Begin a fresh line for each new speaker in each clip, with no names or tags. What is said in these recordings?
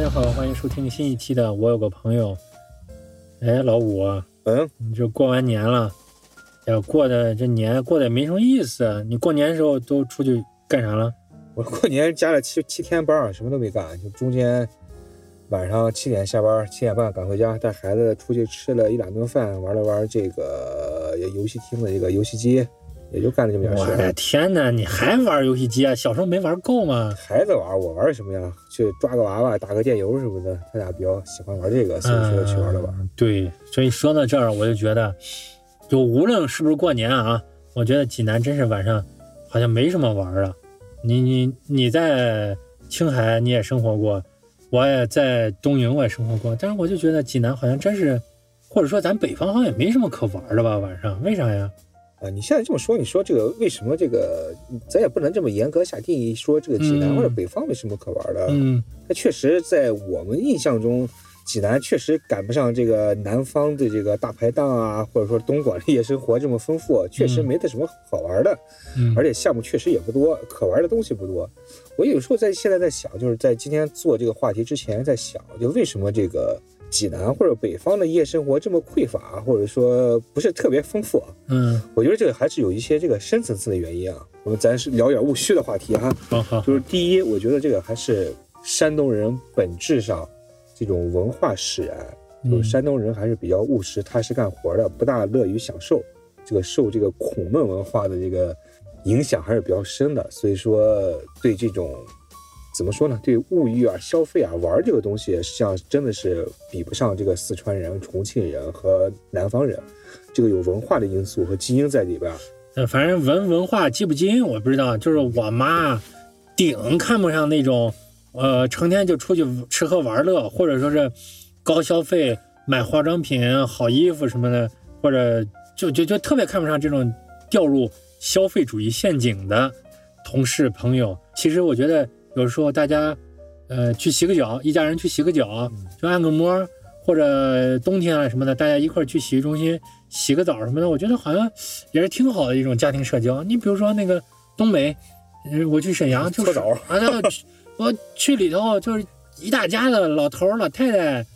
家好，欢迎收听新一期的《我有个朋友》。哎，老五啊，
嗯，
你这过完年了，哎呀，过的这年过得也没什么意思。啊你过年的时候都出去干啥了？
我过年加了七七天班儿，什么都没干，就中间晚上七点下班，七点半赶回家，带孩子出去吃了一两顿饭，玩了玩这个呃游戏厅的这个游戏机，也就干了这么点
我
事
的
儿。
天哪，你还玩游戏机啊？小时候没玩够吗？
孩子玩儿，我玩儿什么呀？去抓个娃娃，打个电游什么的。他俩比较喜欢玩这个，所以说去玩了玩。
嗯对，所以说到这儿，我就觉得，就无论是不是过年啊，我觉得济南真是晚上好像没什么玩儿的。你你你在青海你也生活过，我也在东营我也生活过，但是我就觉得济南好像真是，或者说咱北方好像也没什么可玩儿的吧？晚上为啥呀？
啊，你现在这么说，你说这个为什么这个，咱也不能这么严格下定义，说这个济南
嗯
或者北方没什么可玩的。
嗯，
那确实，在我们印象中，济南确实赶不上这个南方的这个大排档啊，或者说东莞的夜生活这么丰富，确实
嗯
没得什么好玩的，
嗯
而且项目确实也不多，可玩的东西不多。我有时候在现在在想，就是在今天做这个话题之前，在想，就为什么这个济南或者北方的夜生活这么匮乏，或者说不是特别丰富啊？
嗯，
我觉得这个还是有一些这个深层次的原因啊。我们咱是聊点务虚的话题哈、
好好，
就是第一，我觉得这个还是山东人本质上这种文化使然，
嗯
就是山东人还是比较务实、踏实干活的，不大乐于享受。这个受这个孔孟文化的这个影响还是比较深的，所以说对这种怎么说呢？对物欲啊、消费啊、玩儿这个东西，实际上真的是比不上这个四川人、重庆人和南方人，这个有文化的因素和基因在里边儿。
呃，反正文文化基不基因我不知道，就是我妈顶看不上那种，呃，成天就出去吃喝玩乐，或者说是高消费买化妆品、好衣服什么的，或者就就就特别看不上这种掉入消费主义陷阱的同事朋友。其实我觉得有时候大家，呃，去洗个脚，一家人去洗个脚，
嗯
就按个摩，或者冬天啊什么的，大家一块儿去洗浴中心洗个澡什么的，我觉得好像也是挺好的一种家庭社交。你比如说那个东北，呃我去沈阳就
搓
是
澡儿
啊，那去我去里头就是一大家子老头儿老太太，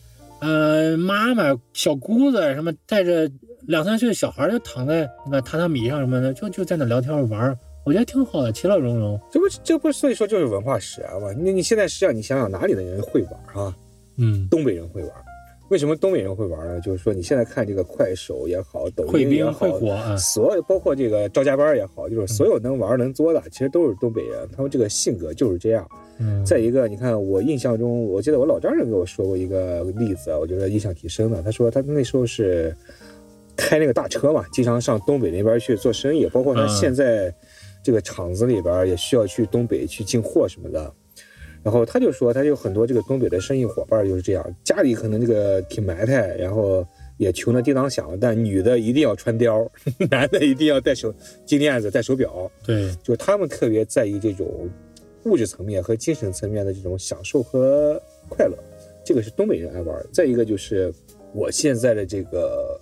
呃，妈妈、小姑子什么，带着两三岁的小孩儿就躺在那个榻榻米上什么的，就就在那聊天儿玩儿，我觉得挺好的，其乐融融。
这不这不所以说就是文化使然嘛？那你现在实际上你想想哪里的人会玩儿啊？
嗯，
东北人会玩儿，为什么东北人会玩儿呢？就是说你现在看这个快手也好，抖
会
音也
冰
好
会，火嗯啊，
所有包括这个赵家班儿也好，就是所有能玩儿能作的，其实都是东北人，他们这个性格就是这样。
嗯，
再一个，你看我印象中，我记得我老丈人给我说过一个例子，我觉得印象挺深的。他说他那时候是开那个大车嘛，经常上东北那边去做生意，包括他
嗯
现在这个厂子里边也需要去东北去进货什么的。然后他就说，他有很多这个东北的生意伙伴就是这样，家里可能这个挺埋汰，然后也穷的叮当响，但女的一定要穿貂儿， 男的一定要戴手金链子、戴手表，
对，
就是他们特别在意这种物质层面和精神层面的这种享受和快乐，这个是东北人爱玩儿。再一个就是我现在的这个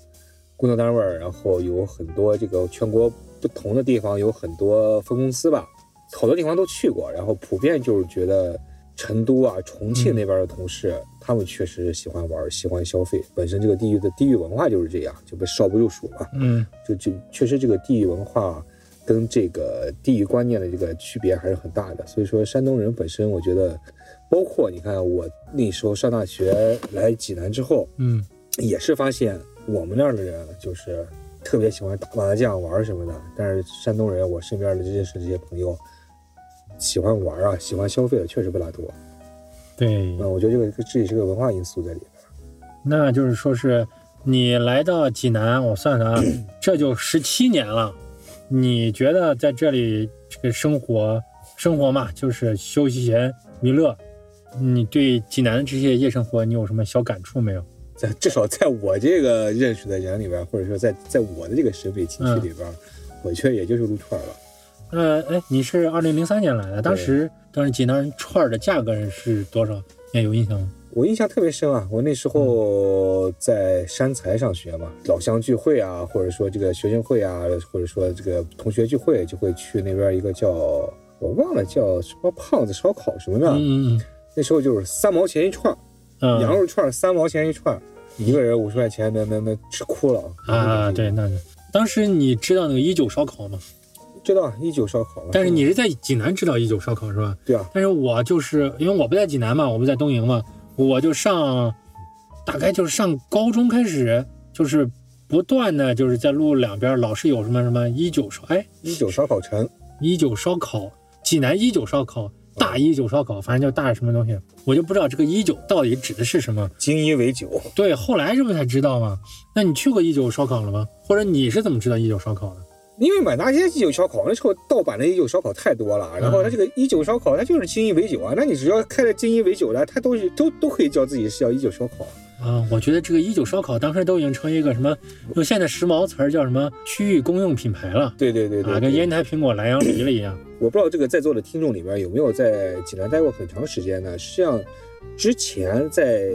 工作单位儿，然后有很多这个全国不同的地方有很多分公司吧，好多地方都去过，然后普遍就是觉得成都啊、重庆那边的同事，他们确实喜欢玩儿，喜欢消费，本身这个地域的地域文化就是这样，就被少不入蜀嘛。
嗯
就这确实这个地域文化啊跟这个地域观念的这个区别还是很大的。所以说，山东人本身，我觉得，包括你看我那时候上大学来济南之后，
嗯
也是发现我们那儿的人啊就是特别喜欢打麻将玩儿什么的，但是山东人，我身边的认识这些朋友。喜欢玩儿啊，喜欢消费的确实不大多。
对。
嗯，我觉得这个这也是个文化因素在里边。
那就是说是你来到济南，我算 算啊，这就十七年了。你觉得在这里这个生活，生活嘛，就是休闲娱乐，你对济南的这些夜生活，你有什么小感触没有？
在至少在我这个认识的人里边，或者说在在我的这个审美情
嗯
绪里边，我觉得也就是撸串了。
呃，哎，你是二零零三年来的，当时当时济南串儿的价格是多少？你还有印象吗？
我印象特别深啊，我那时候
嗯
在山财上学嘛，老乡聚会啊，或者说这个学生会啊，或者说这个同学聚会，就会去那边一个叫我忘了叫什么胖子烧烤什么的，
嗯嗯
那时候就是三毛钱一串儿，
嗯
羊肉串儿三毛钱一串儿，一个人五十块钱，那那那吃哭了嗯
啊，，对，那是当时你知道那个一九烧烤吗？
知道啊一九烧烤了。
但是你是在济南知道一九烧烤是吧？
对啊，
但是我就是因为我不在济南嘛，我不在东营嘛，我就上，大概就是上高中开始，就是不断的就是在路两边老是有什么什么一九烧哎
一九烧烤城，
一九烧烤，济南一九烧烤，大一九烧烤，反正就大什么东西，我就不知道这个一九到底指的是什么。
精一为酒。
对，后来这不才知道吗？那你去过一九烧烤了吗？或者你是怎么知道一九烧烤的？
因为满大街一九烧烤，那时候盗版的一九烧烤太多
嗯
了。然后它这个一九烧烤，它就是精一为酒啊。那你只要开了精一为酒啊了，它都是都都可以叫自己是叫一九烧烤。
啊，我觉得这个一九烧烤当时都已经成一个什么，用现在时髦词儿叫什么区域公用品牌了。
对对对对
啊，
对
跟烟台苹果、莱阳梨了一样。
我不知道这个在座的听众里面有没有在济南待过很长时间呢？实际上，之前在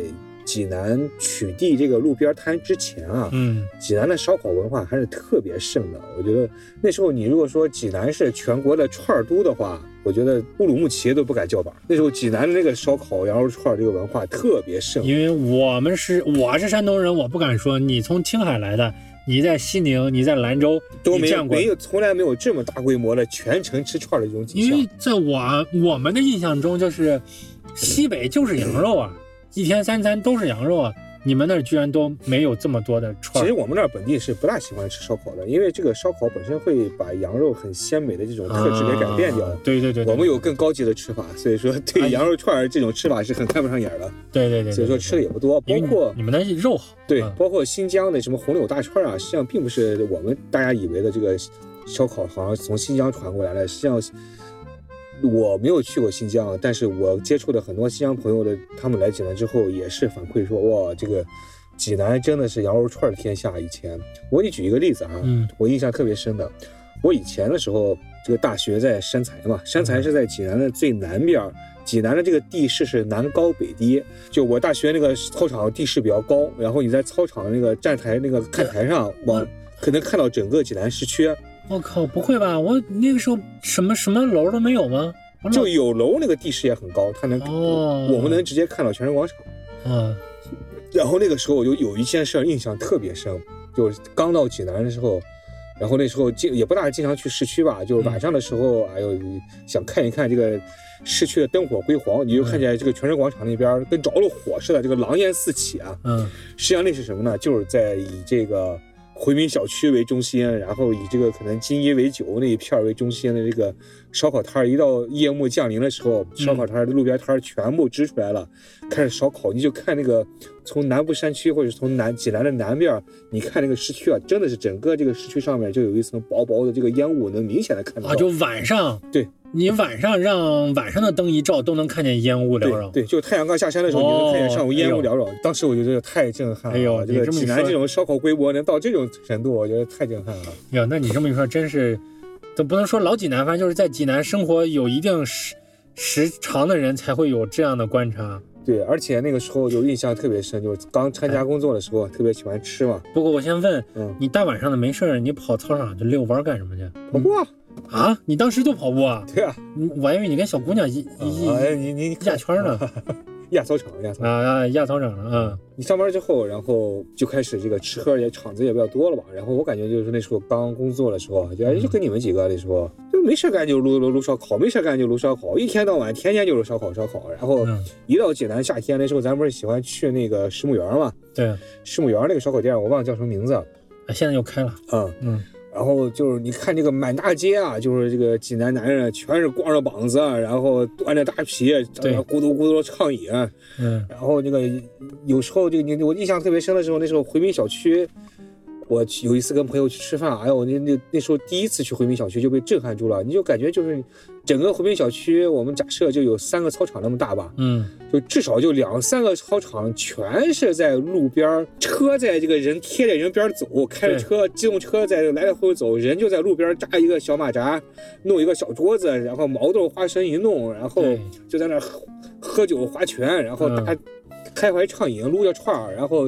济南取缔这个路边摊之前啊，
嗯
济南的烧烤文化还是特别盛的。我觉得那时候你如果说济南是全国的串儿都的话，我觉得乌鲁木齐都不敢叫板。那时候济南的那个烧烤羊肉串儿这个文化特别盛，
因为我们是我是山东人，我不敢说你从青海来的，你在西宁，你在兰州，
都
你
没有
见过
没。有从来没有这么大规模的全城吃串儿的这种景
因
象
为。在我我们的印象中，就是西北就是羊肉啊，一天三餐都是羊肉啊。你们那儿居然都没有这么多的
其
串
实
儿
我们那儿本地是不大喜欢吃烧烤的，因为这个烧烤本身会把羊肉很鲜美的这种特质给改变掉。
啊对对对，对
我们有更高级的吃法，所以说
哎
对羊肉串儿这种吃法是很看不上眼儿的，
对对对对，
所以说
对
吃的也不多。
因为
包
你
括
你们那儿肉好，
对
啊，
包括新疆的什么红柳大串儿啊，实际上并不是我们大家以为的这个烧烤好像从新疆传过来的。实际上，我没有去过新疆，但是我接触的很多新疆朋友的，他们来济南之后也是反馈说，哇，这个济南真的是羊肉串儿天下。以前我给你举一个例子啊，
嗯
我印象特别深的，我以前的时候，这个大学在山财嘛，山财是在济南的最南边儿。济南的这个地势是南高北低，就我大学那个操场地势比较高，然后你在操场那个站台那个看台上往，可能看到整个济南市区，
我靠，不会吧？我那个时候什么什么楼都没有吗？我
就有楼那个地势也很高，它能、
哦
我们能直接看到全城广场。
啊，
然后那个时候我就有一件事儿印象特别深，就是刚到济南的时候，然后那时候经也不大经常去市区吧，就是晚上的时候，哎呦，想看一看这个市区的灯火辉煌，你就看见这个泉城广场那边儿跟着了火似的，这个狼烟四起啊。
嗯
实际上那是什么呢？就是在以这个回民小区为中心，然后以这个可能金一为酒那一片儿为中心的这个烧烤摊儿，一到夜幕降临的时候，烧
嗯
烤摊儿的路边摊儿全部支出来了，开始烧烤。你就看那个从南部山区或者是从南济南的南边儿，你看那个市区啊，真的是整个这个市区上面就有一层薄薄的这个烟雾，能明显的看到。
啊，就晚上，
对，
你晚上让晚上的灯一照，都能看见烟雾缭绕。哦
对对，就是太阳刚下山的时候，你能看见上午烟雾缭绕。当时我就觉得太震撼了，
哎呦
这个
你这么一
济南
说
这种烧烤规模能到这种程度，我觉得太震撼了。
哟，那你这么一说，真是都不能说老济南，反正就是在济南生活有一定时时长的人才会有这样的观察。
对，而且那个时候就印象特别深，就是刚参加工作的时候，特别喜欢吃嘛。
不过我先问
嗯，
你，大晚上的没事儿，你跑操场去遛弯儿干什么去？
不过，
啊，你当时就跑步啊？
对啊，
嗯我还以为你跟小姑娘一一
啊哎，
一
你你你
压圈儿 呢，
压操场，压操场。
啊啊，压操场了啊。
你上班之后，然后就开始这个吃喝也场子也比较多了吧。然后我感觉就是那时候刚工作的时候啊，就哎就跟你们几个那时候就没事干就撸撸撸烧烤，没事干就撸烧烤，一天到晚天天就是烧烤烧烤。然后
嗯
一到济南夏天那时候，咱不是喜欢去那个石木园嘛？
对，
石木园那个烧烤店我忘了叫什么名字啊。
啊现在又开了。
嗯
嗯，
然后就是你看这个满大街啊，就是这个济南男人全是光着膀子，啊然后端着大皮，啊
对
咕嘟咕嘟地畅饮。啊
嗯
然后那个有时候这个你我印象特别深的时候，那时候回民小区，我去有一次跟朋友去吃饭，哎呦，那那那时候第一次去回民小区就被震撼住了，你就感觉就是整个回民小区，我们假设就有三个操场那么大吧，
嗯，
就至少就两三个操场全是在路边儿，车在这个人贴着人边儿走，开着
对
车机动车在来来回回走，人就在路边儿扎一个小马扎，弄一个小桌子，然后毛豆花生一弄，然后
对
就在那儿喝喝酒划拳，然后
嗯
大家开怀畅饮，撸着串儿，然后。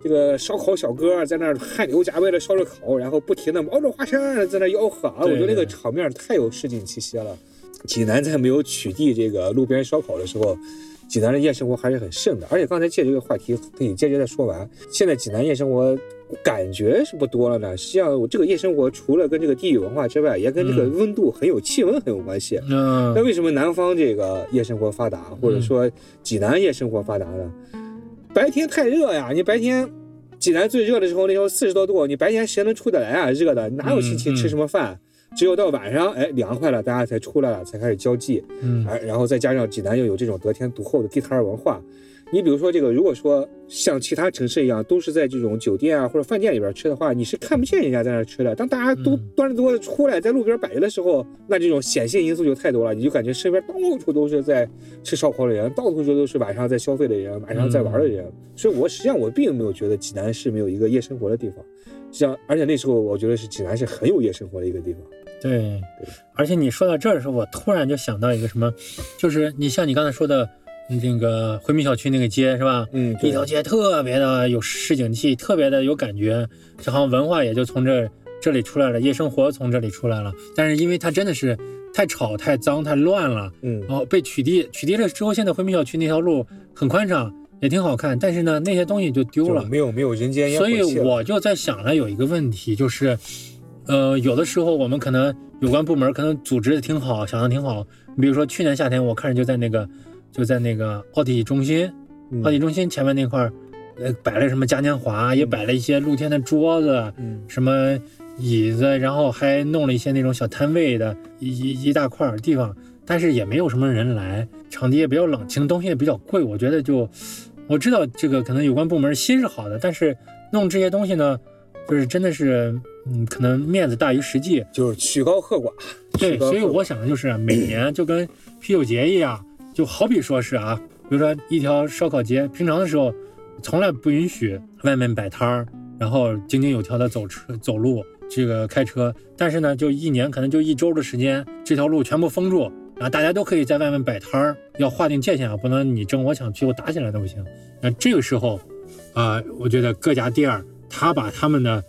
这个烧烤小哥在那儿汗流浃背的烧着烤，然后不停的毛豆花生在那吆喝，啊我
对
觉得那
对
个
对
场面太有市井气息了。济南在没有取缔这个路边烧烤的时候，济南的夜生活还是很盛的。而且刚才借这个话题可以接着再说完。现在济南夜生活感觉是不多了呢，实际上我这个夜生活除了跟这个地域文化之外，也跟这个
嗯
温度很有气温很有关系。
嗯
那为什么南方这个夜生活发达，或者说济南夜生活发达呢？白天太热呀，你白天济南最热的时候，那时候四十多度，你白天谁能出得来啊？热的哪有心情
嗯嗯
吃什么饭？只有到晚上，哎，凉快了，大家才出来了，才开始交际。
嗯
而然后再加上济南又有这种得天独厚的地摊儿文化，你比如说这个，如果说像其他城市一样，都是在这种酒店啊或者饭店里边吃的话，你是看不见人家在那儿吃的。当大家都
嗯
端着桌子出来在路边摆着的时候，那这种显性因素就太多了，你就感觉身边到处都是在吃烧烤的人，到处都是晚上在消费的人，晚上在玩的
嗯
人。所以我实际上我并没有觉得济南是没有一个夜生活的地方。实际上，而且那时候我觉得是济南是很有夜生活的一个地方。
对，而且你说到这儿的时候，我突然就想到一个什么，就是你像你刚才说的那个回民小区那个街是吧？
嗯，
一条街特别的有市井气，特别的有感觉，这好像文化也就从这这里出来了，夜生活从这里出来了。但是因为它真的是太吵、太脏、太乱了，
嗯
然后被取缔，取缔了之后，现在回民小区那条路很宽敞，也挺好看，但是呢，那些东西就丢
就
了。
没有没有人间烟火
所
气了。
以我就在想了有一个问题，就是，呃，有的时候我们可能有关部门可能组织的挺好，想的挺好。比如说去年夏天，我看着就在那个就在那个奥体中心，
嗯
奥体中心前面那块儿，呃，摆了什么嘉年华，也摆了一些露天的桌子，
嗯
什么椅子，然后还弄了一些那种小摊位的一一一大块儿地方，但是也没有什么人来，场地也比较冷清，东西也比较贵，我觉得就我知道这个可能有关部门心是好的，但是弄这些东西呢，就是真的是嗯，可能面子大于实际，
就是曲高和寡。
对，
曲高
所以
和寡
我想的就是啊每年就跟啤酒节一样，就好比说是啊，比如说一条烧烤街，平常的时候从来不允许外面摆摊儿，然后井井有条的走车走路，这个开车，但是呢，就一年可能就一周的时间，这条路全部封住，然后大家都可以在外面摆摊儿，要划定界限啊，不能你争我抢最后打起来都不行。那这个时候，啊，我觉得各家店儿他把他们的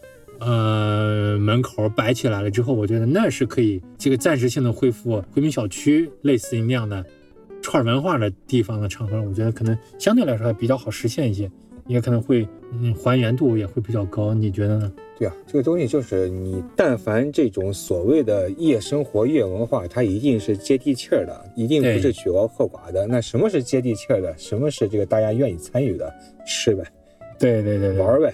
呃门口摆起来了之后，我觉得那是可以这个暂时性的恢复回民小区类似于那样的串儿文化的地方的场合，我觉得可能相对来说还比较好实现一些，也可能会嗯还原度也会比较高，你觉得呢？
对啊，这个东西就是你，但凡这种所谓的夜生活、夜文化，它一定是接地气儿的，一定不
对
是曲高和寡的。那什么是接地气儿的？什么是这个大家愿意参与的？吃呗，
对对对
玩儿呗，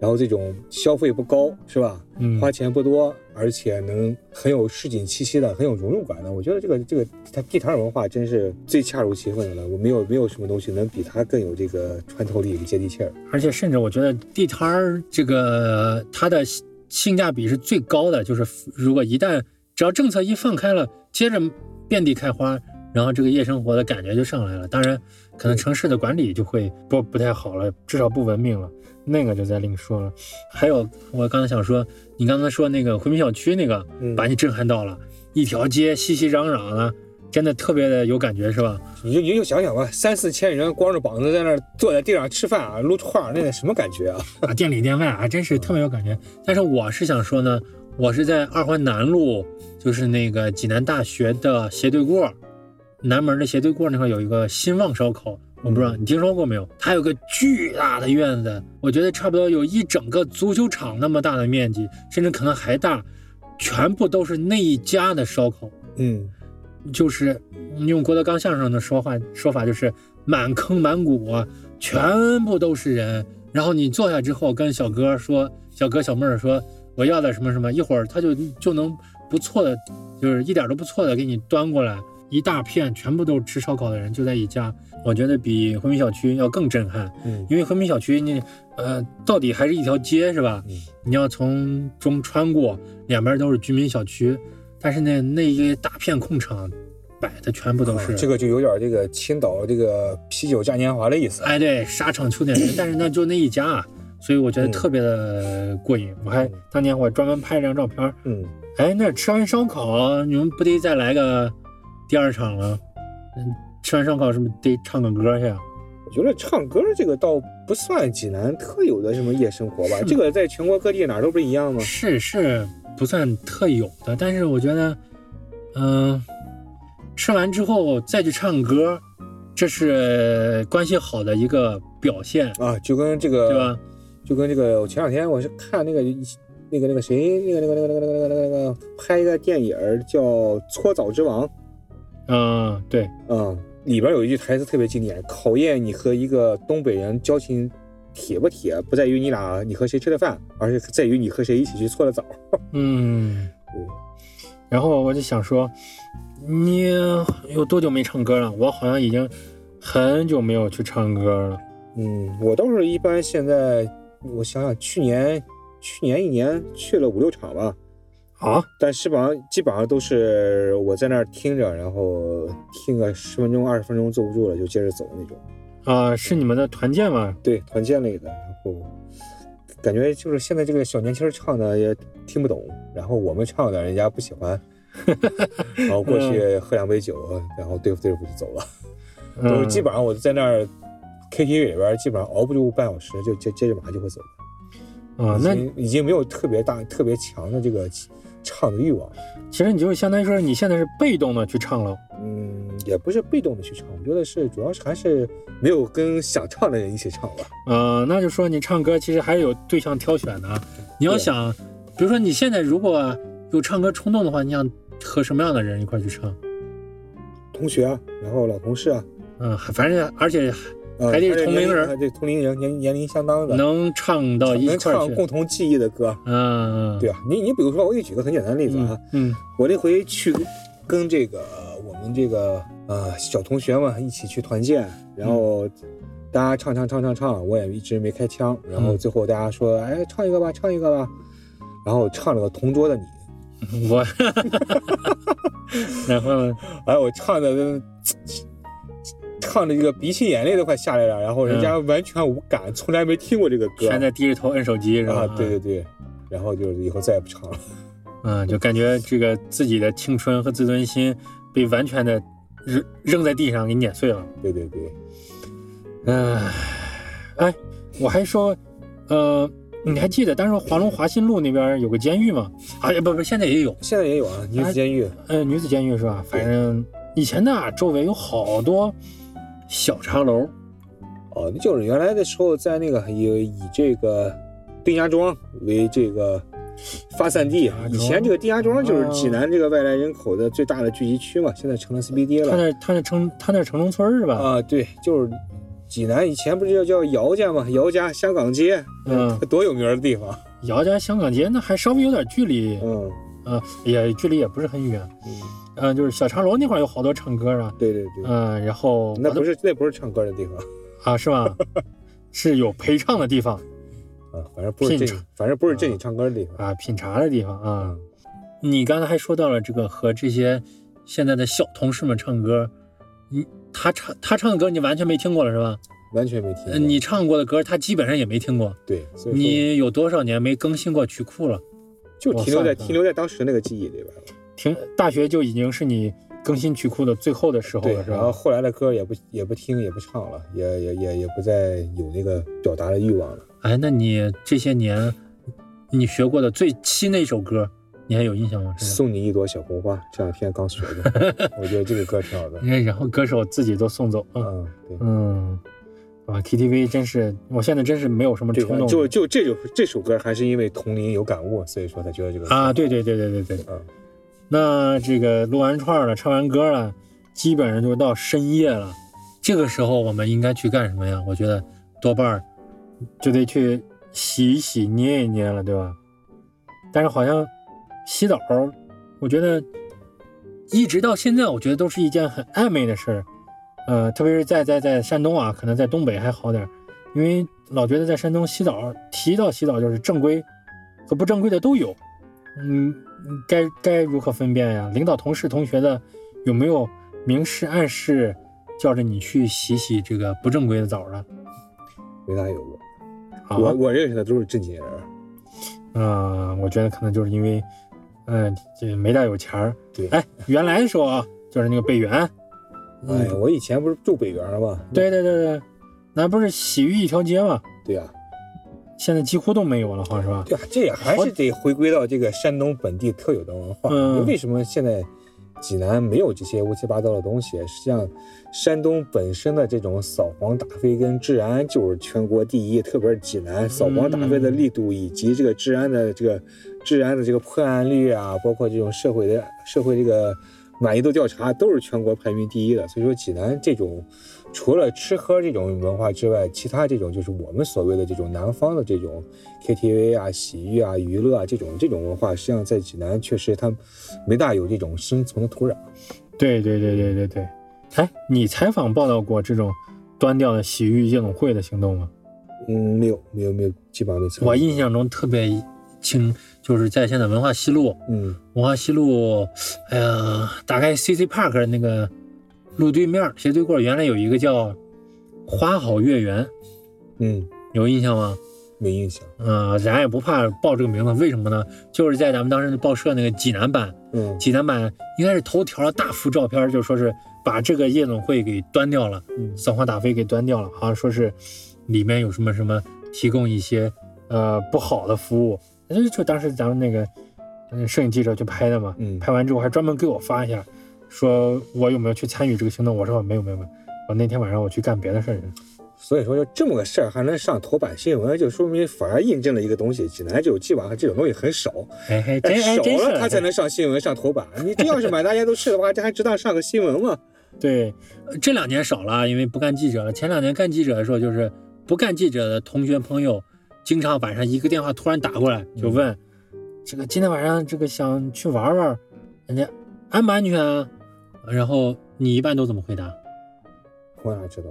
然后这种消费不高，是吧？
嗯
花钱不多，而且能很有市井气息的，很有融入感的。我觉得这个这个它地摊儿文化真是最恰如其分的了。我没有没有什么东西能比它更有这个穿透力、接地气儿。
而且甚至我觉得地摊儿这个它的性性价比是最高的，就是如果一旦只要政策一放开了，接着遍地开花，然后这个夜生活的感觉就上来了。当然，可能城市的管理就会不不太好了，至少不文明了，那个就再另说了。还有我刚才想说，你刚才说那个回民小区那个，
嗯
把你震撼到了，一条街熙熙攘攘的，真的特别的有感觉，是吧？
你就你就想想吧，三四千人光着膀子在那儿坐在地上吃饭啊，撸串儿，那得什么感觉啊？
啊，店里店外啊，真是特别有感觉。但是我是想说呢，我是在二环南路，就是那个济南大学的斜对过儿，南门的斜对过儿那块儿有一个新旺烧烤，我不知道你听说过没有？它有个巨大的院子，我觉得差不多有一整个足球场那么大的面积，甚至可能还大，全部都是那一家的烧烤，
嗯，
就是用郭德纲相声的说话说法，就是满坑满谷啊，全部都是人。然后你坐下之后，跟小哥说，小哥小妹儿说，我要点什么什么，一会儿他就就能不错的，就是一点都不错的给你端过来一大片，全部都是吃烧烤的人，就在一家，我觉得比回民小区要更震撼。
嗯
因为回民小区你呃到底还是一条街是吧？
嗯
你要从中穿过，两边都是居民小区，但是那那一大片空场摆的全部都是。
哦这个就有点这个青岛这个啤酒嘉年华的意思。
哎，对，沙场秋点人，但是那就那一家啊，所以我觉得
嗯
特别的过瘾。我还当年我还专门拍了张照片儿，
嗯，
哎，那吃完烧烤，你们不得再来个第二场了？嗯，吃完烧烤是不是得唱个歌去啊？
我觉得唱歌这个倒不算济南特有的什么夜生活吧
是，吗
这个在全国各地哪儿都不一样吗？
是是不算特有的，但是我觉得，嗯、吃完之后再去唱歌，这是关系好的一个表现，
啊，就跟这
对
个，
吧？
就跟这个，我前两天我是看那个那个那个谁，那个那个那个那个那个那个那个拍一个电影儿叫《搓澡之王》，
嗯，对，
嗯，里边有一句台词特别经典，考验你和一个东北人交情铁不铁，不在于你俩你和谁吃的饭，而是在于你和谁一起去搓的澡。
嗯
对。
然后我就想说，你有多久没唱歌了？我好像已经很久没有去唱歌了。
嗯，我倒是一般现在，我想想，去年去年一年去了五六场吧，
啊，
但基本上基本上都是我在那儿听着，然后听个十分钟二十分钟坐不住了就接着走那种。
啊、是你们的团建吗？
对，团建类的，然后感觉就是现在这个小年轻儿唱的也听不懂，然后我们唱的人家不喜 欢，然后过去喝两杯酒，然后对付对付就走了。
嗯、
都是基本上我在那儿 KTV 里边儿，基本上熬不住半小时，就接接着马上就会走了。
啊、那
已经已经没有特别大、特别强的这个唱的欲望了。
其实你就相当于说你现在是被动的去唱了。
嗯，也不是被动的去唱，我觉得是主要是还是没有跟想唱的人一起唱吧。
呃，那就说你唱歌其实还是有对象挑选的啊。你要
对
想，比如说你现在如果有唱歌冲动的话，你想和什么样的人一块去唱？
同学啊，然后老同事啊，
嗯，反正而且
呃、
还得
是
同
年
龄
龄
人
还得同龄人年年龄相当的，
能唱到一
能
块儿
唱
去。
共同记忆的歌。
嗯，嗯
对啊，你你比如说，我给你举个很简单的例子啊，
嗯嗯
我这回去跟这个我们这个呃小同学们一起去团建，
嗯
然后大家唱唱唱唱唱，我也一直没开腔，然后
嗯
最后大家说，哎，唱一个吧，唱一个吧，然后唱了个《同桌的你》，
嗯，我， 然后呢？
哎，我唱的都唱的这个鼻涕眼泪都快下来了，然后人家完全无感，从来没听过这个歌
嗯全在低着头摁手机是吧？
啊，对对对，然后就是以后再也不唱了。
嗯，就感觉这个自己的青春和自尊心被完全的扔扔在地上给碾碎了。
对对对，
唉，呃哎，我还说，呃，你还记得当时华龙华新路那边有个监狱吗？哎，不不，现在也有，
现在也有啊，女子监狱，
呃，女子监狱是吧？反正以前那周围有好多小茶楼，
哦，那就是原来的时候在那个以以这个丁家庄为这个发散地
丁家，庄
以前这个丁家庄就是济南这个外来人口的最大的聚集区嘛，现在成了 CBD
他
了
那他那城他那城中村儿是吧？
啊，对，就是济南以前不是叫叫姚家嘛，姚家香港街，
嗯，
多有名儿的地方，
姚家香港街那还稍微有点距离，
嗯，
嗯、也距离也不是很远，
嗯
嗯、就是小茶楼那块儿有好多唱歌的，
对对对，
嗯、然后
那
我都
不是那不是唱歌的地方
啊是 吧？是有陪唱的地方
啊，反正不是
品
这
尝，
反正不是这里唱歌的地方，
啊，品茶的地方啊。
嗯
你刚才还说到了这个和这些现在的小同事们唱歌，你他唱他唱的歌你完全没听过了是吧？
完全没听过
呃，你唱过的歌他基本上也没听过。
对，所以说
你有多少年没更新过曲库了？
就停留
我算
在
一算
停留在当时那个记忆里边了。
停，大学就已经是你更新曲库的最后的时候
对
了，，是
然后
吧？
后来的歌也不也不听也不唱了，也也也也不再有那个表达的欲望了。
哎，那你这些年你学过的最新的一首歌，你还有印象吗？是吧
送你一朵小红花，这两天刚学 的，我觉得这个歌挺好的。
哎然后歌手自己都送走啊，
嗯，对，
嗯，啊，KTV 真是，我现在真是没有什么
这
冲
个
动
就就这首这首歌还是因为同龄有感悟，所以说才觉得这个
啊，对对对对对对，
嗯，
那这个录完串儿了，唱完歌了，基本上就到深夜了。这个时候我们应该去干什么呀？我觉得多半儿就得去洗一洗、捏一捏了，对吧？但是好像洗澡儿，我觉得一直到现在，我觉得都是一件很暧昧的事儿。呃，特别是在在在山东啊，可能在东北还好点儿，因为老觉得在山东洗澡，提到洗澡就是正规和不正规的都有。嗯，该该如何分辨呀？领导、同事、同学的有没有明示暗示叫着你去洗洗这个不正规的啊澡的？
没咋有过。
啊，
我我认识的都是正经人，
嗯，我觉得可能就是因为，嗯，这没大有钱儿。
对
哎，原来的时候啊，就是那个北园，嗯
哎，我以前不是住北园嘛，
对对对对，那不是洗浴一条街嘛？
对呀，
现在几乎都没有了，好像是吧？
啊对呀，这也还
好
是得回归到这个山东本地特有的文化。
嗯
为什么现在济南没有这些乌七八糟的东西，实际上山东本身的这种扫黄打非跟治安就是全国第一，特别是济南扫黄打非的力度以及这个治安的这个治安的这个破案率啊，包括这种社会的社会这个满意度调查都是全国排名第一的。所以说，济南这种除了吃喝这种文化之外，其他这种就是我们所谓的这种南方的这种 KTV 啊、洗浴啊、娱乐啊这种这种文化，实际上在济南确实它没大有这种生存的土壤。
对对对对对对。哎，你采访报道过这种端掉的洗浴夜总会的行动吗？
嗯，没有没有没有，基本上没参与
我印象中特别清，就是在现在文化西路，
嗯
文化西路，哎呀，大概 CC Park 那个路对面斜对过，原来有一个叫花好月圆，
嗯
有印象吗？
没印象。
呃，咱也不怕报这个名字，为什么呢？就是在咱们当时报社那个济南版，
嗯
济南版应该是头条大幅照片，就说是把这个夜总会给端掉了，
嗯
扫黄打非给端掉了，好像说是里面有什么什么提供一些呃不好的服务，就就当时咱们那个嗯摄影记者去拍的嘛，
嗯
拍完之后还专门给我发一下，说我有没有去参与这个行动，我说我没有没有没有，我那天晚上我去干别的事儿去了。
所以说，就这么个事儿还能上头版新闻，就说明反而印证了一个东西：济南这种基本上这种东西很少，
哎嘿，真哎
少
真是
了它才能上新闻、上头版。你这要是满大街都是的话，这还值当上个新 闻吗？
对，呃这两年少了，因为不干记者了。前两年干记者的时候，就是不干记者的同学朋友，经常晚上一个电话突然打过来，就问、这个今天晚上这个想去玩玩，人家安不安全啊？然后你一般都怎么回答
我哪知道？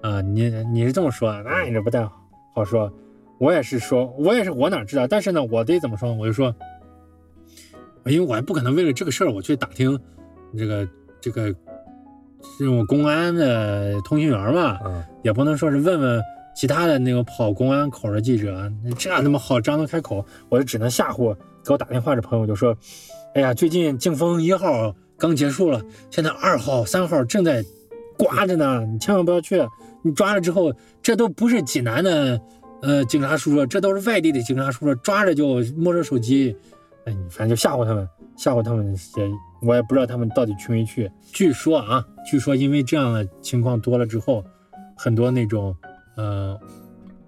啊？你你是这么说啊，那你这不太好好说。我也是说，我也是我哪知道？但是呢，我得怎么说？我就说，因为我也不可能为了这个事儿我去打听这个这个这种公安的通讯员嘛，
啊，
也不能说是问问其他的那个跑公安口的记者，啊这他妈好张得开口，我就只能吓唬给我打电话的朋友就说，哎呀，最近靖丰一号刚结束了，现在二号、三号正在刮着呢，你千万不要去，你抓了之后，这都不是济南的呃警察叔叔，这都是外地的警察叔叔，抓着就没收手机，哎，你反正就吓唬他们，吓唬他们也，我也不知道他们到底去没去。据说啊，据说因为这样的情况多了之后，很多那种，呃，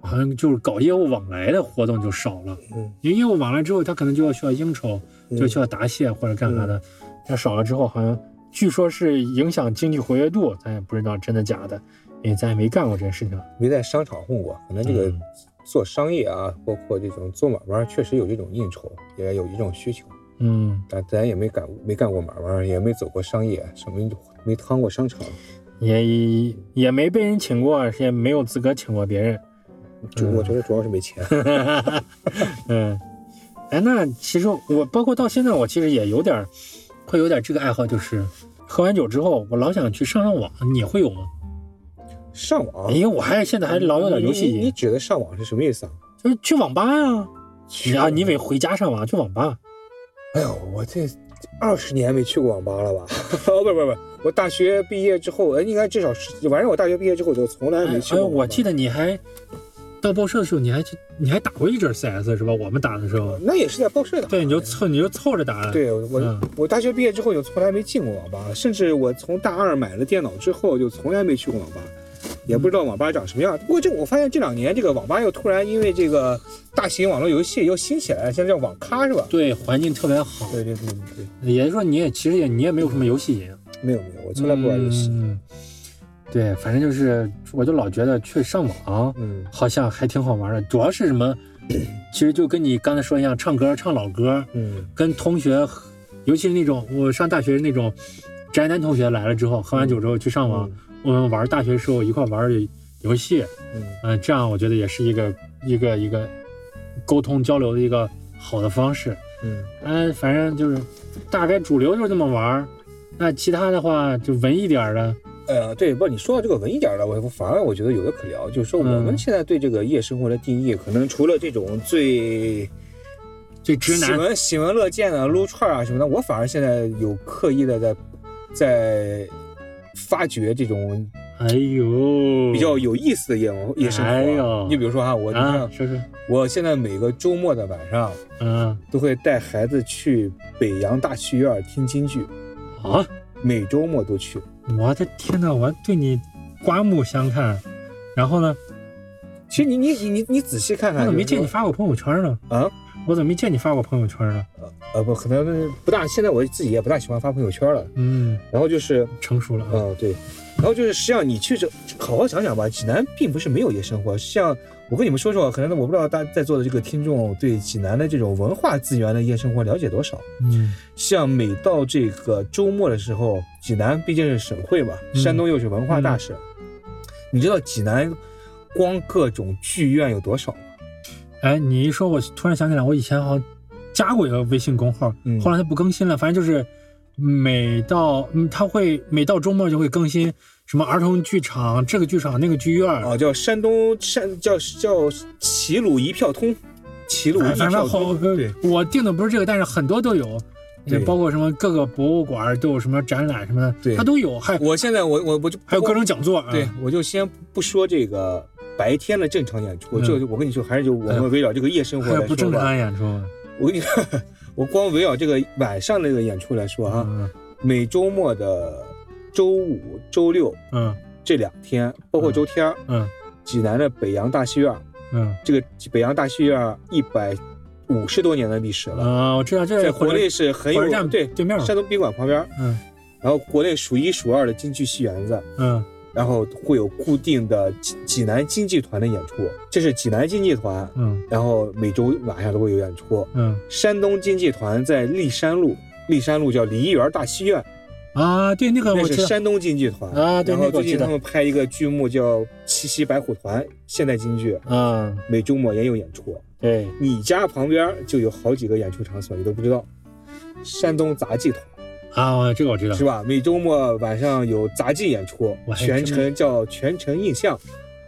好像就是搞业务往来的活动就少了，
嗯，
因为业务往来之后，他可能就要需要应酬，就需要答谢或者干啥的，那、少了之后，好像据说是影响经济活跃度，咱也不知道真的假的，因为咱也没干过这件事情。
没在商场混过，可能这个
嗯
做商业啊，包括这种做买卖，确实有这种应酬，也有这种需求。
嗯，
但咱也没干没干过买卖，也没走过商业，什么没趟过商场，
也也也没被人请过，也没有资格请过别人。
主我觉得主要是 没钱。
嗯，哎，那其实我包括到现在，我其实也有点儿会有点儿这个爱好，就是喝完酒之后，我老想去上上网。你会有吗？
上网
因为我还是现在还老有点游戏
哎哦你你
瘾，
指的上网是什么意思啊？
就是去网吧呀、啊。
去
你以为回家上网去网吧？
哎呦，我这二十年没去过网吧了吧？ 哦，不是不是不是，我大学毕业之后，哎，应该至少是，反正我大学毕业之后就从来没去
哎，
过网吧、
我记得你还到报社的时候，你还去你还打过一阵 CS 是吧？我们打的时候，
那也是在报社打的。哎
对，你就凑你就凑着打的。
对我、
嗯
我大学毕业之后就从来没进过网吧，甚至我从大二买了电脑之后就从来没去过网吧，也不知道网吧长什么样。不过这我发现这两年这个网吧又突然因为这个大型网络游戏又兴起来了，现在叫网咖是吧？
对，环境特别好。
对对对对对，
也就是说，你也其实也你也没有什么游戏瘾。
没有没有，我从来不玩游戏。
嗯，对，反正就是，我就老觉得去上网
嗯
好像还挺好玩的，主要是什么？ 其实就跟你刚才说一样，唱歌唱老歌，
嗯
跟同学，尤其是那种我上大学那种宅男同学来了之后，喝完酒之后去上网，我们玩大学时候一块玩的游戏，
嗯
嗯、这样我觉得也是一个一个一个沟通交流的一个好的方式。
嗯
嗯，反正就是大概主流就是这么玩儿。那其他的话，就文艺点儿的，
呃，对，不，你说到这个文艺点儿的，我反而我觉得有的可聊，就是说我
嗯
们现在对这个夜生活的定义，可能除了这种最
最直
喜
男，
闻喜闻乐见的撸串啊什么的，我反而现在有刻意的在在发掘这种
哎呦，
比较有意思的夜晚夜生活
哎
啊。
呦
你比如说哈，我你看、
啊，说说，
我现在每个周末的晚上
嗯，
都会带孩子去北洋大剧院听京剧。
啊、啊！
每周末都去。
我的天呐，我对你刮目相看。然后呢，
其实你你你你你仔细看
我
看，
怎么没
就是
见你
说
发过朋友圈呢？
哎啊？
我怎么没见你发过朋友圈呢？
呃不，可能不大，现在我自己也不大喜欢发朋友圈了。
嗯，
然后就是，
成熟了啊。
嗯，对，然后就是，实际上你去这好好想想吧，济南并不是没有夜生活。实际上，我跟你们说说，可能我不知道大家在座的这个听众对济南的这种文化资源的夜生活了解多少。
嗯
像每到这个周末的时候，济南毕竟是省会嘛，
嗯
山东又是文化大省，你知道济南光各种剧院有多少吗？
哎，你一说，我突然想起来，我以前好像加过一个微信公号，
嗯
后来它不更新了。反正就是每到嗯，它会每到周末就会更新什么儿童剧场、这个剧场、那个剧院，
啊，叫山东山叫叫齐鲁一票通，齐鲁一
哎反
票
正好
通，对，。
我定的不是这个，但是很多都有。
对
包括什么各个博物馆都有什么展览什么的，
对
它都有，还
我现在我我我就
还有各种讲座啊。
对，我就先不说这个白天的正常演出，
嗯
就我跟你说，还是就我们围绕这个夜生活
还有
来
不
说
正常
吧。
的演出啊
我跟你， 我光围绕这个晚上的这个演出来说啊，
嗯
每周末的周五、周六
嗯
这两天，包括周天，
嗯
济南的北洋大戏院，
嗯
这个北洋大戏院一百五十多年的历史了，
啊，我知道这
在
是
国内是很
火车
有
站
对
对面儿
山东宾馆旁边，
嗯
然后国内数一数二的京剧戏园子。
嗯
然后会有固定的济济南京剧团的演出，这是济南京剧团，
嗯
然后每周晚上都会有演出。
嗯
山东京剧团在历山路，历山路叫梨园大戏院，
啊，对那个
那
我知
是
道，
山东京剧团
啊对
然后
那个我
最
记
近
得
他们拍一个剧目叫《七夕白虎团》，现代京剧，
嗯
每周末也有演出。
对，
你家旁边就有好几个演出场所，你都不知道。山东杂技团
啊，这个我知道
是，吧？每周末晚上有杂技演出
我，还真
全
没
程叫全程印象。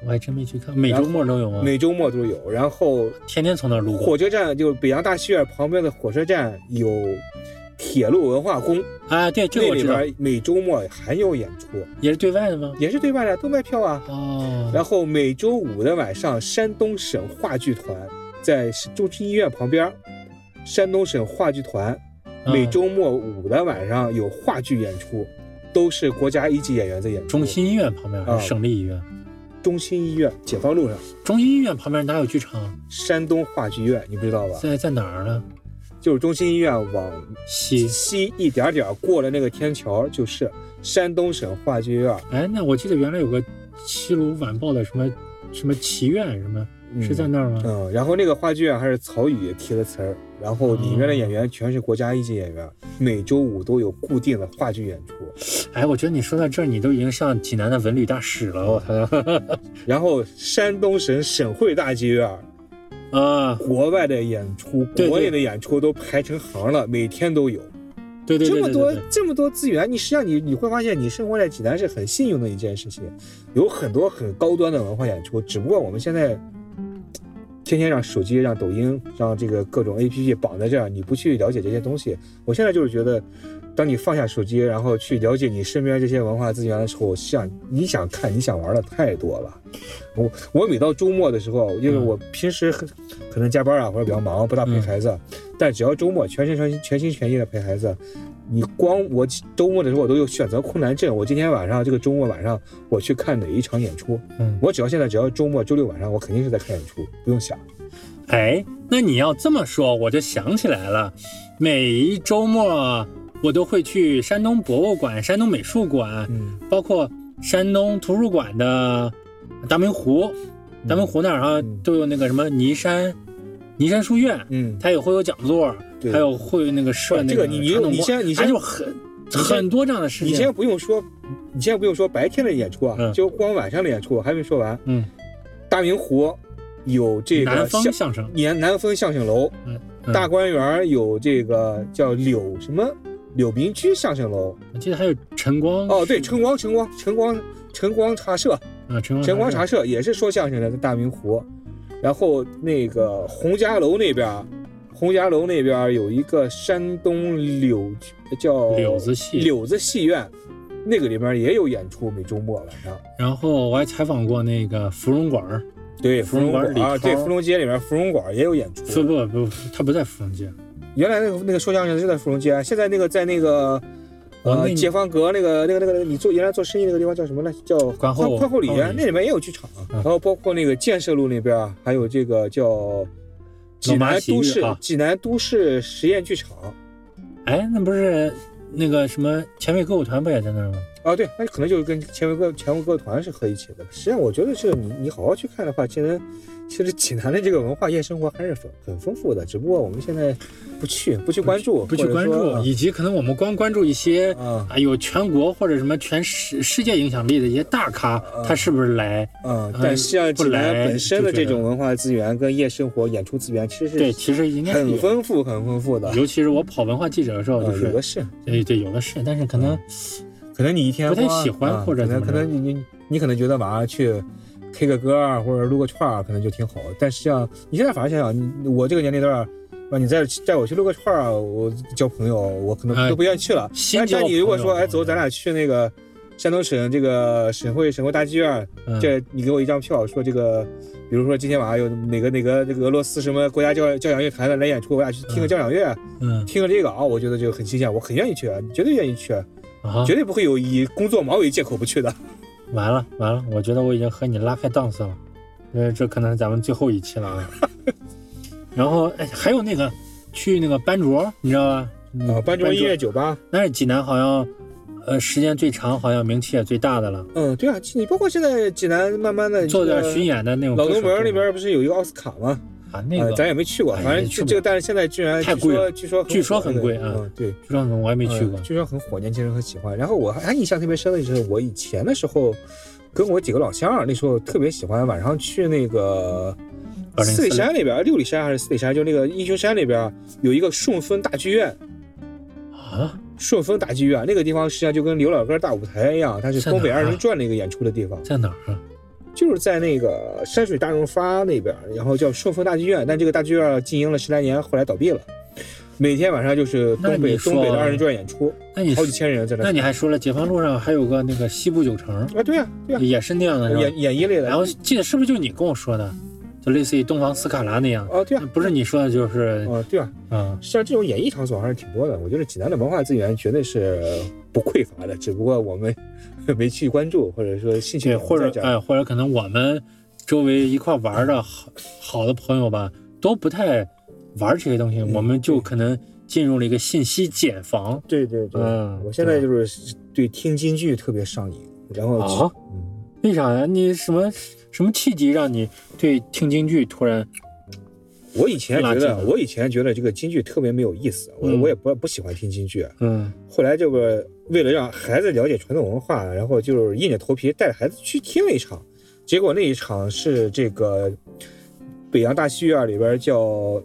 我还真没去看，每周末都有吗？
每周末都有。然后
天天从那儿路过
火。车站就是北洋大戏院旁边的火车站有铁路文化宫，
啊，对，这个
那
我
里
知道，
边每周末还有演出，
也是对外的吗？
也是对外的，都卖票啊。
哦，
然后每周五的晚上，山东省话剧团在中山医院旁边，山东省话剧团
嗯
每周末五的晚上有话剧演出，都是国家一级演员在演出。
中心医院旁边还
啊
是省立医院？
中心医院解放路上，
中心医院旁边哪有剧场？啊
山东话剧院，你不知道吧？
在在哪儿呢？
就是中心医院往
西。
西一点点儿过了那个天桥，就是山东省话剧院，
哎，那我记得原来有个齐鲁晚报的什么什么祈愿什么，
嗯
是在那儿吗？
嗯，然后那个话剧院还是曹禺提的词儿，然后里面的演员全是国家一级演员，每周五都有固定的话剧演出。
哎，我觉得你说到这儿，你都已经像济南的文旅大使了，我操！
然后山东省省会大剧院，
啊，
国外的演出、
对对
国内的演出都排成行了，每天都有。
对对
这
对
么
对
多
对对，
这么多资源，你实际上你你会发现，你生活在济南是很幸运的一件事情，有很多很高端的文化演出，只不过我们现在嘖
嗯
天天让手机、让抖音、让这个各种 APP 绑在这儿，你不去了解这些东西。我现在就是觉得，当你放下手机，然后去了解你身边这些文化资源的时候，像你想看、你想玩的太多了。我我每到周末的时候，因为
嗯
我平时很可能加班啊或者比较忙，不大陪
嗯
孩子，但只要周末全心全心全心全意的陪孩子，你光我周末的时候我都有选择困难症。我今天晚上这个周末晚上我去看哪一场演出？
嗯，
我只要现在只要周末周六晚上我肯定是在看演出，不用想。
哎，那你要这么说，我就想起来了，每一周末我都会去山东博物馆、山东美术馆，
嗯，
包括山东图书馆的大明湖，大明湖那儿啊
嗯
都有那个什么尼山，尼山书院，
嗯，
它也会有讲座，
对
还有会那个设那
这个你你
传统
你
工
先你
哎
先
就很
先
很多这样的事
你
情
先。不用说，你先不用说白天的演出啊，
嗯
就光晚上的演出我还没说完。
嗯，
大明湖有这个
南方
相
相声，
沿南风相声楼，
嗯，
大
嗯，
观园有这个叫柳什么柳民居相声楼。
我记得还有晨光
哦，对，晨光晨光晨光晨光茶社，
啊，晨光
晨光
社
茶社也是说相声的，在大明湖。然后那个洪家楼那边儿，洪家楼那边儿有一个山东柳叫
柳子戏
柳子戏院，那个里面也有演出，每周末晚上。
然后我还采访过那个芙蓉馆儿，
对，
芙
芙
蓉
蓉
馆
馆啊，
李
对，
涛
芙蓉街里面芙蓉馆也有演
不
出。
不不，他不在芙蓉街，
啊原来那个那个说相声的是在芙蓉街，现在那个在那个
我
呃
那，
解放阁那个那个那个那个，你做原来做生意那个地方叫什么呢？叫
宽厚
宽厚里
宽厚里
那里面也有剧场啊。然后包括那个建设路那边啊，还有这个叫济南都市
龙马洗浴啊
济南都市实验剧场
哎，那不是那个什么前卫歌舞团不也在那儿吗？
啊，对，那可能就是跟前卫歌前卫歌团是合一起的。实际上，我觉得这个你你好好去看的话，其实其实济南的这个文化夜生活还是很很丰富的，只不过我们现在不去不去关注，
不去
或者
关
说
注，以及可能我们光关注一些
啊
啊有全国或者什么全世世界影响力的一些大咖，他是不是来？
啊啊！但实际上，济
不来
南本身的
就觉
这
得
种文化资源跟夜生活、演出资源其实是
对，其实应该是
很
有。
丰富、很丰富的。
尤其是我跑文化记者的时候，就
呃有
是
的是，
对对，有的是，但是可
嗯
能
可能你一天
不太
光
喜欢
啊
或者
可能可
怎么着
能你你你可能觉得晚上去 K 个歌啊，或者撸个串儿，可能就挺好。但实际上，你现在反而想想，你我这个年龄段儿，啊，你再带我去撸个串儿啊，我交朋友，我可
哎
能都不愿意去了。
新
哎
交
但你如果
朋
说，
友
哎，走，咱俩去那个山东省这个省会省会大剧院，
嗯
这你给我一张票，说这个，比如说今天晚上有哪个哪个这个俄罗斯什么国家交交响乐团的来演出，我俩去听个交响乐，
嗯
听了这个啊，我觉得就很新鲜，我很愿意去，啊，绝对愿意去，
啊
绝，对不会有以工作忙为借口不去的。
完了完了，我觉得我已经和你拉开档次了，呃，这可能是咱们最后一期了啊。 然后哎，还有那个去那个班卓，你知道吧？嗯
啊，班卓
班
音
卓
乐酒吧，
但是济南好像，呃，时间最长，好像名气也最大的了。
嗯，对啊，你包括现在济南慢慢的
做点巡。演的那种歌
老
手
东
多。
门那边不是有一个奥斯卡吗？
啊，那个
呃咱也没去过，
哎
反
也
正
去
这
不
这个，
了
但是现在居然
太
据
贵
说
了
据说
据说很
火
贵
那
啊
个嗯，对，
这种我也没去过
嗯。据说很火，年轻人很喜欢。然后我还还印象特别深的就是我以前的时候，跟我几个老乡儿，那时候特别喜欢晚上去那个
204
四里山那边，六里山还是四里山，就那个英雄山那边有一个顺丰大剧院。嗯
啊，
顺丰大剧院那个地方实际上就跟刘老根大舞台一样，它是
在哪
东北
儿
二
啊
人转的一个演出的地方，
在哪儿啊？
就是在那个山水大润发那边，然后叫顺丰大剧院，但这个大剧院经营了十来年，后来倒闭了。每天晚上就是
那
东北
你说
东北的二人转演出，
那你
好几千人在那
那。你还说了，解放路上还有个那个西部九城，
啊，对呀、对呀、
也是那样的，是吧？
演演艺类的
然。后记得是不是就你跟我说的，就类似于东方斯卡拉那样？
啊，对啊，
不是你说的，就是
啊，对啊，
嗯，
像这种演艺场所还是挺多的。我觉得济南的文化资源绝对是不匮乏的，只不过我们 没去关注，或者说兴趣
对，
点不
或
在
者
这儿。
哎，或者可能我们周围一块玩的好好的朋友吧，都不太玩这些东西，
嗯
我们就
对
可能进入了一个信息茧房。
对对对，
嗯
我现在就是对听京剧特别上瘾，然后去、
啊
嗯
为啥呀？你什么什么契机让你对听京剧突然
我以前觉
拉近
得
了
我以前觉得这个京剧特别没有意思，我、
嗯
我也不不喜欢听京剧。啊
嗯
后来这个为了让孩子了解传统文化，然后就是硬着头皮带着孩子去听了一场，结果那一场是这个北洋大戏院里边叫，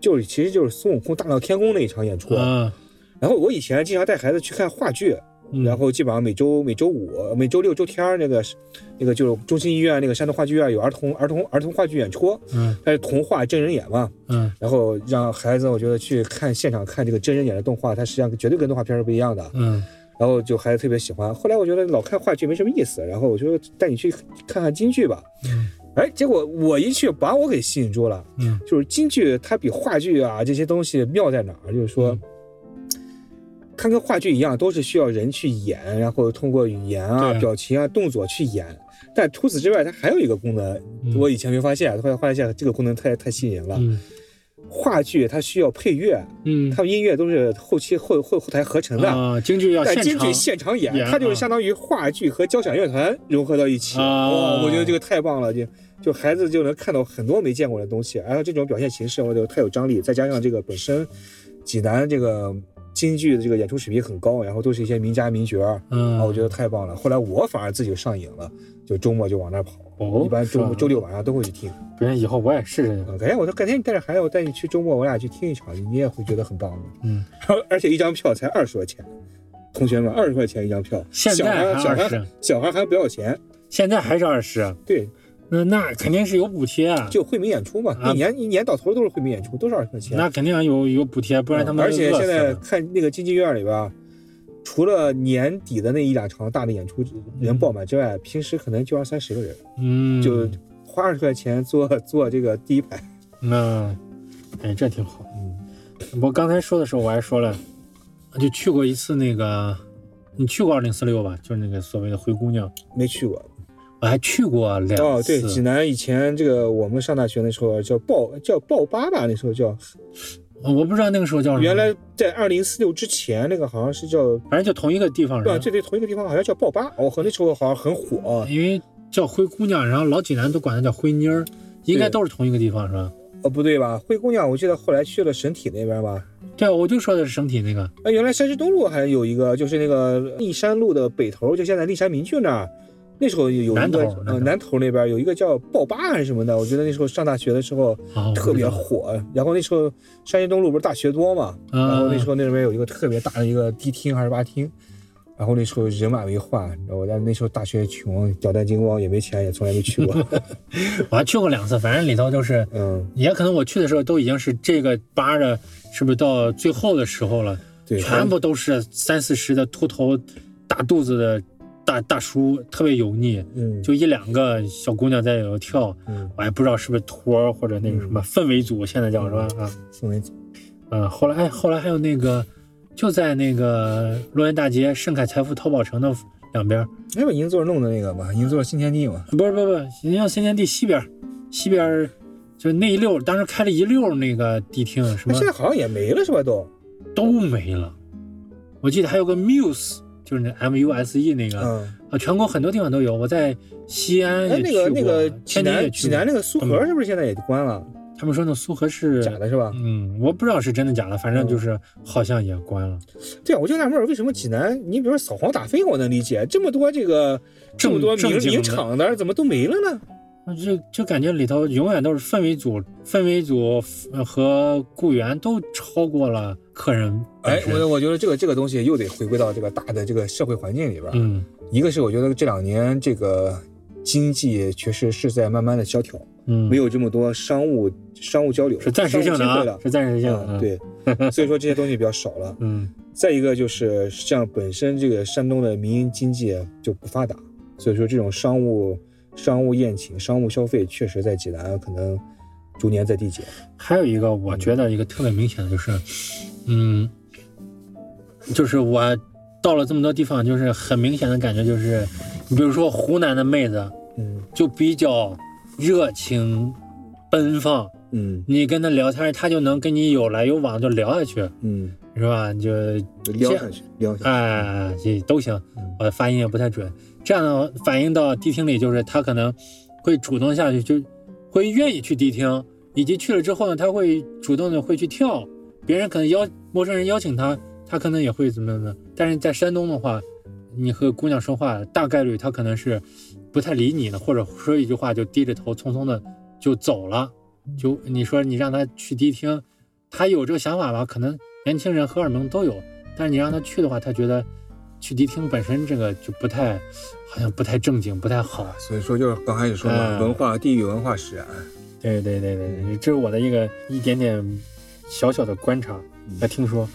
就是其实就是孙悟空大闹天宫那一场演出。
啊？
然后我以前经常带孩子去看话剧，
嗯
然后基本上每周每周五、每周六、周天儿那个那个就是中心医院那个山东话剧院有儿童儿童儿童话剧演出，
嗯
它是童话真人演嘛。
嗯
然后让孩子，我觉得去看现场看这个真人演的动画，它实际上绝对跟动画片是不一样的。
嗯
然后就孩子特别喜欢。后来我觉得老看话剧没什么意思，然后我就带你去看看京剧吧。
嗯
哎，结果我一去把我给吸引住了。
嗯
就是京剧它比话剧啊这些东西妙在哪儿？就是说
嗯，
它跟话剧一样，都是需要人去演，然后通过语言啊、
对
表情啊、动作去演。但除此之外，它还有一个功能，
嗯
我以前没发现，后来发现这个功能太太吸引人了。
嗯
话剧它需要配乐，
嗯
它们音乐都是后期后后后台合成的。
啊，京剧要
但
现
京
场
剧现场演
演，
它就
啊
是相当于话剧和交响乐团融合到一起。
啊
哇，我觉得这个太棒了，就就孩子就能看到很多没见过的东西。然后这种表现形式，我觉得太有张力。再加上这个本身济南这个京剧的这个演出水平很高，然后都是一些名家名角儿，
嗯
啊，我觉得太棒了。后来我反而自己上瘾了，就周末就往那儿跑。
哦
一般周
是吧
周六晚上都会去听。
不然以后我也试试去。
嗯，改天我说改天你带着孩子，我带你去周末，我俩去听一场，你也会觉得很棒的。
嗯，
而且一张票才二十块钱，同学们，二十块钱一张票，
现
小
在
孩
还
小
20
孩小孩还不要钱，
现在还是二十，
对，
那那肯定是有补贴啊，
就惠民演出嘛，
啊
一年一年到头都是惠民演出，都是二十块钱。啊
那肯定有有补贴，不然他们
而且
饿死
现在
了
看那个京剧院里边儿，除了年底的那一两场大的演出人爆满之外，平时可能就二三十个人，
嗯
就花二十块钱坐坐这个第一排。
那哎这挺好。
嗯
我刚才说的时候我还说了，我就去过一次那个，你去过二零四六吧？就是那个所谓的灰姑娘，
没去过。
我还去过两次。
哦，对，济南以前这个我们上大学那时候啊叫报叫报吧吧，那时候叫
我不知道那个时候叫什么，
原来在二零四六之前那个好像是叫
反正就同一个地方
对吧？
人，
这对同一个地方好像叫报吧，哦，和那时候好像很火。
因为叫灰姑娘，然后老济南都管她叫灰妮儿，应该都是同一个地方是吧？
哦，不对吧？灰姑娘，我记得后来去了省体那边吧。
对啊，我就说的是省体那个，
哎，原来山西东路还有一个，就是那个历山路的北头，就现在历山民居那儿。那时候有一个
南头南
呃
头
南头那边有一个叫报吧还是什么的，我觉得那时候上大学的时候
啊、我
特别
不知道
火。然后那时候山西东路不是大学多嘛，
嗯
然后那时候那边有一个特别大的一个迪厅还是吧厅，然后那时候人满为患，然后但那时候大学穷，脚蛋精光也没钱，也从来没去过。
我还去过两次，反正里头就是，
嗯，
也可能我去的时候都已经是这个吧的，是不是到最后的时候了？
对，
全部都是三四十的秃头、大肚子的大大叔，特别油腻，
嗯
就一两个小姑娘在里头跳，
嗯，
我还不知道是不是托儿或者那个什么氛围组，现在叫是吧？啊，
氛围组
嗯，后来哎后来还有那个，就在那个洛源大街盛凯财富淘宝城的两边儿，
那不银座弄的那个嘛，银座新天地嘛。
不是不是不是，人家新天地西边儿，西边儿就那一溜儿，当时开了一溜儿那个迪厅，什
那
么
哎现在好像也没了是吧？都，
都没了。我记得还有个 Muse，就是那 M U S E 那个。
嗯，
啊，全国很多地方都有。我在西安
哎，
也
那
去过，
个那个济
天津也
南
去
济
过。
南那个苏
嗯
荷是不是现在也关了？
他们说那苏荷是
假，的是嗯吧？
嗯，我不知道是真的假的，反正就是好像也关了。
对啊，我就纳闷儿为什么济南，你比如说扫黄打非，我能理解，这么多这个这么
正
多
正
名
经
名
的
场的，怎么都没了呢？
啊就就感觉里头永远都是氛围组、氛围组呃和雇员都超过了客人本
哎，
身。
我我觉得这个这个东西又得回归到这个大的这个社会环境里边儿。
嗯
一个是我觉得这两年这个经济确实是在慢慢的萧条，
嗯，
没有这么多商务商务交流，
是暂时性的
商务机会
啊
了，。
是暂时性的、
嗯，， 对，所以说这些东西比较少了。
嗯
再一个就是像本身这个山东的民营经济就不发达，所以说这种商务商务宴请、商务消费确实在济南可能逐年在递减。
还有一个，我觉得一个特别明显的就是，嗯，就是我到了这么多地方，就是很明显的感觉就是，你比如说湖南的妹子
嗯
就比较热情奔放，
嗯
你跟她聊天，她就能跟你有来有往，就聊下去，
嗯，
是吧？你就
撩上去，撩上去。
哎，这都行
嗯，
我的发音也不太准。这样的反映到迪厅里，就是他可能会主动下去，就会愿意去迪厅，以及去了之后呢，他会主动的会去跳。别人可能邀陌生人邀请他，他可能也会怎么怎么。但是在山东的话，你和姑娘说话，大概率她可能是不太理你的，或者说一句话就低着头匆匆的就走了。
嗯
就你说你让他去迪厅，他有这个想法吧？可能年轻人荷尔蒙都有，但是你让他去的话，他觉得去迪厅本身这个就不太，好像不太正经，不太好。
所以说就是刚开始说嘛，
哎
文化地域文化啊使然。
对对对对，对这是我的一个一点点小小的观察
嗯
和听说。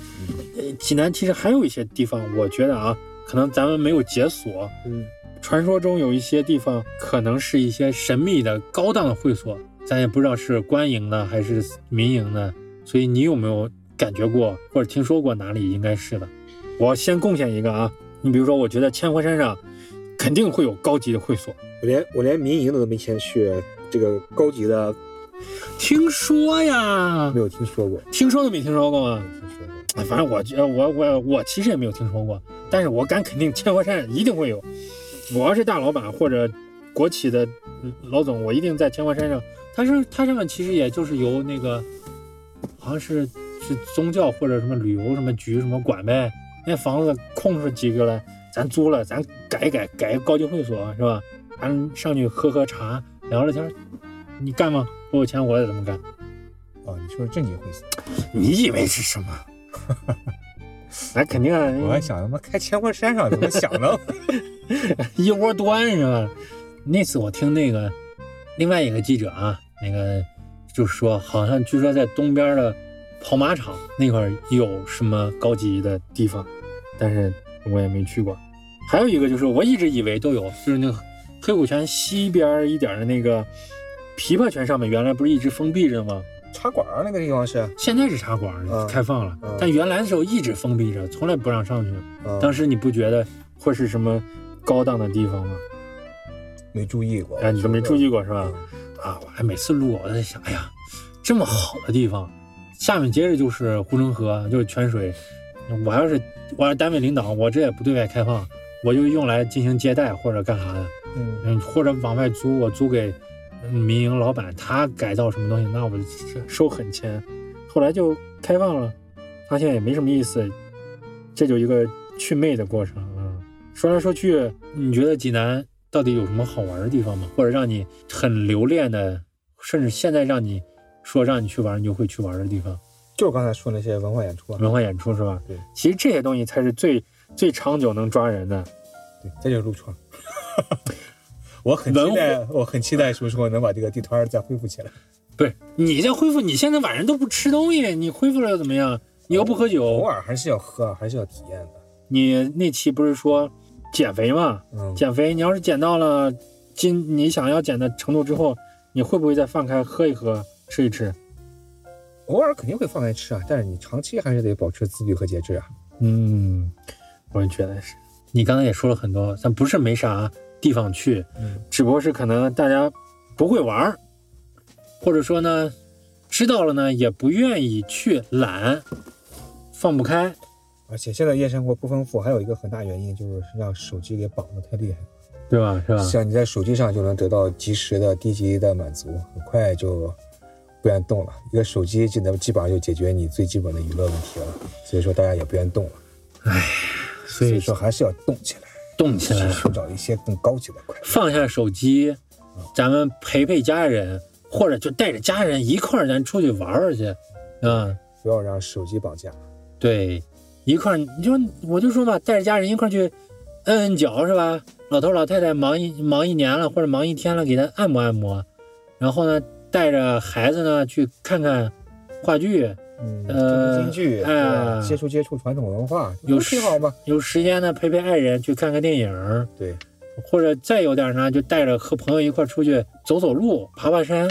呃济南其实还有一些地方，我觉得啊，可能咱们没有解锁。
嗯
传说中有一些地方可能是一些神秘的高档的会所，咱也不知道是官营的还是民营的，所以你有没有感觉过或者听说过哪里应该是的？我先贡献一个啊，你比如说，我觉得千佛山上肯定会有高级的会所，
我连我连民营的都没钱去，这个高级的
听说呀
没，有听说过，
听说都没听说过吗
没？有听说过。
哎，反正我觉我我我其实也没有听说过，但是我敢肯定千佛山上一定会有。我要是大老板或者国企的嗯老总，我一定在千佛山上。它是它上面其实也就是由那个，好像是是宗教或者什么旅游什么局什么管呗，那房子空出几个来，咱租了，咱改一改，改个高级会所是吧？咱上去喝喝茶，聊聊天儿，你干吗？我有钱我也这么干。
哦，你说正经会所，
你以为是什 么？那肯定啊，
我还想他妈开千佛山上，怎么想 的？
一窝端是吧？那次我听那个另外一个记者啊，那个就说，好像据说在东边的跑马场那块儿有什么高级的地方，但是我也没去过。还有一个就是我一直以为都有，就是那个黑虎泉西边一点的那个琵琶泉上面，原来不是一直封闭着吗？
茶馆儿那个地方是，
现在是茶馆儿
嗯
开放了，
嗯
但原来的时候一直封闭着，从来不让上去。
嗯、
当时你不觉得会是什么高档的地方吗？
没注意过。
哎，你都没注意过是吧？
嗯
啊，我还每次路过我都在想，哎呀，这么好的地方，下面接着就是护城河，就是泉水。我要是我要是单位领导，我这也不对外开放，我就用来进行接待或者干啥的，
嗯
嗯，或者往外租，我租给嗯民营老板，他改造什么东西，那我就收很钱。后来就开放了，发现也没什么意思，这就一个祛魅的过程啊、嗯说来说去，你觉得济南到底有什么好玩的地方吗？或者让你很留恋的，甚至现在让你说让你去玩，你就会去玩的地方？
就是刚才说那些文化演出啊，
文化演出是吧？
对，
其实这些东西才是最最长久能抓人的。
对，这就是陆川。 我很期待，我很期待什么时候能把这个地摊儿再恢复起来。
不是你在恢复，你现在晚上都不吃东西，你恢复了又怎么样？你又不喝
偶
酒，
尔还是要喝，还是要体验的。
你那期不是说减肥吗？
嗯，
减肥，你要是减到了今你想要减的程度之后，你会不会再放开喝一喝、吃一吃？
偶尔肯定会放开吃啊，但是你长期还是得保持自律和节制啊。
嗯，我也觉得是。你刚才也说了很多，咱不是没啥地方去，
嗯
只不过是可能大家不会玩儿，或者说呢，知道了呢也不愿意去，懒，放不开。
而且现在夜生活不丰富，还有一个很大原因就是让手机给绑得太厉害了。
对吧？是吧？
像你在手机上就能得到及时的、低级的满足，很快就不愿动了。一个手机技能基本上就解决你最基本的娱乐问题了，所以说大家也不愿动了。
所
所以
以嗯
说还是要动起来，
动起来
去，寻找一些更高级的快乐。
放下手机，咱们陪陪家人，或者就带着家人一块儿咱出去玩玩去，啊，
不要让手机绑架。
对，一块儿你就我就说嘛，带着家人一块儿去摁摁脚是吧？老头老太太忙一忙一年了或者忙一天了，给咱按摩按摩，然后呢，带着孩子呢去看看话剧，
嗯，
呃
京剧，
哎
呃接触接触传统文化，
有
挺好吗？
有时间呢陪陪爱人去看看电影，
对，
或者再有点呢，就带着和朋友一块儿出去走走路、爬爬山，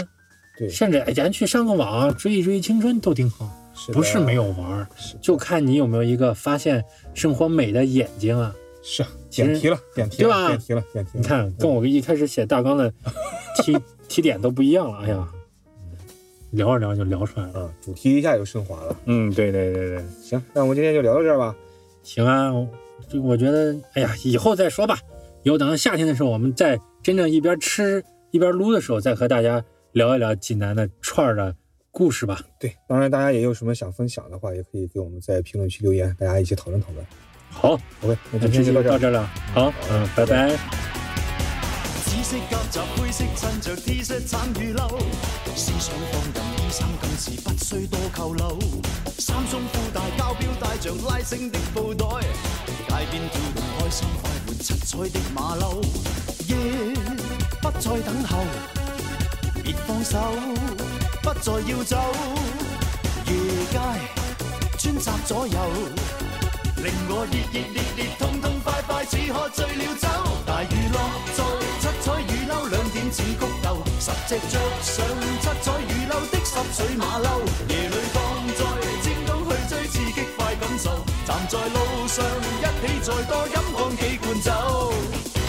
对
甚至哎咱去上个网追一追青春都挺好。
是
不是没
有，
有玩儿，
是
就看你有没有一个发现生活美的眼睛啊！
是啊
其实
点题了，点题
对
了，
吧
点题了，点题了。
你看，跟我一开始写大纲的 提提点都不一样了。哎呀，聊着聊着就聊出来了。
啊，主题一下就升华了。
嗯，对对对对，
行，那我们今天就聊到这儿吧。
行啊，我就我觉得，哎呀，以后再说吧。以后等到夏天的时候，我们再真正一边吃一边撸的时候，再和大家聊一聊济南的串儿的故事吧。
对，当然大家也有什么想分享的话，也可以给我们在评论区留言，大家一起讨论讨论。
好，
OK，
那
那今
这
天
期
就
就
到这
到
儿。
这儿了。好，嗯，拜拜。
紫色夾雜灰色襯着 T 恤橙雨褸，思想放任衣衫更是不需多扣紐。三鬆褲帶膠錶帶像拉繩的布袋，街邊跳動開心快活七彩的馬騮。夜、不再等候，別放手，不再要走。夜街穿插左右。令我熱熱烈烈，痛痛快快，似喝醉了酒。大雨落在七彩雨褸，兩點似菊豆，十隻着上七彩雨褸的濕水馬騮，夜裏放在尖東去追刺激快感受，站在路上一起再多飲看幾罐酒。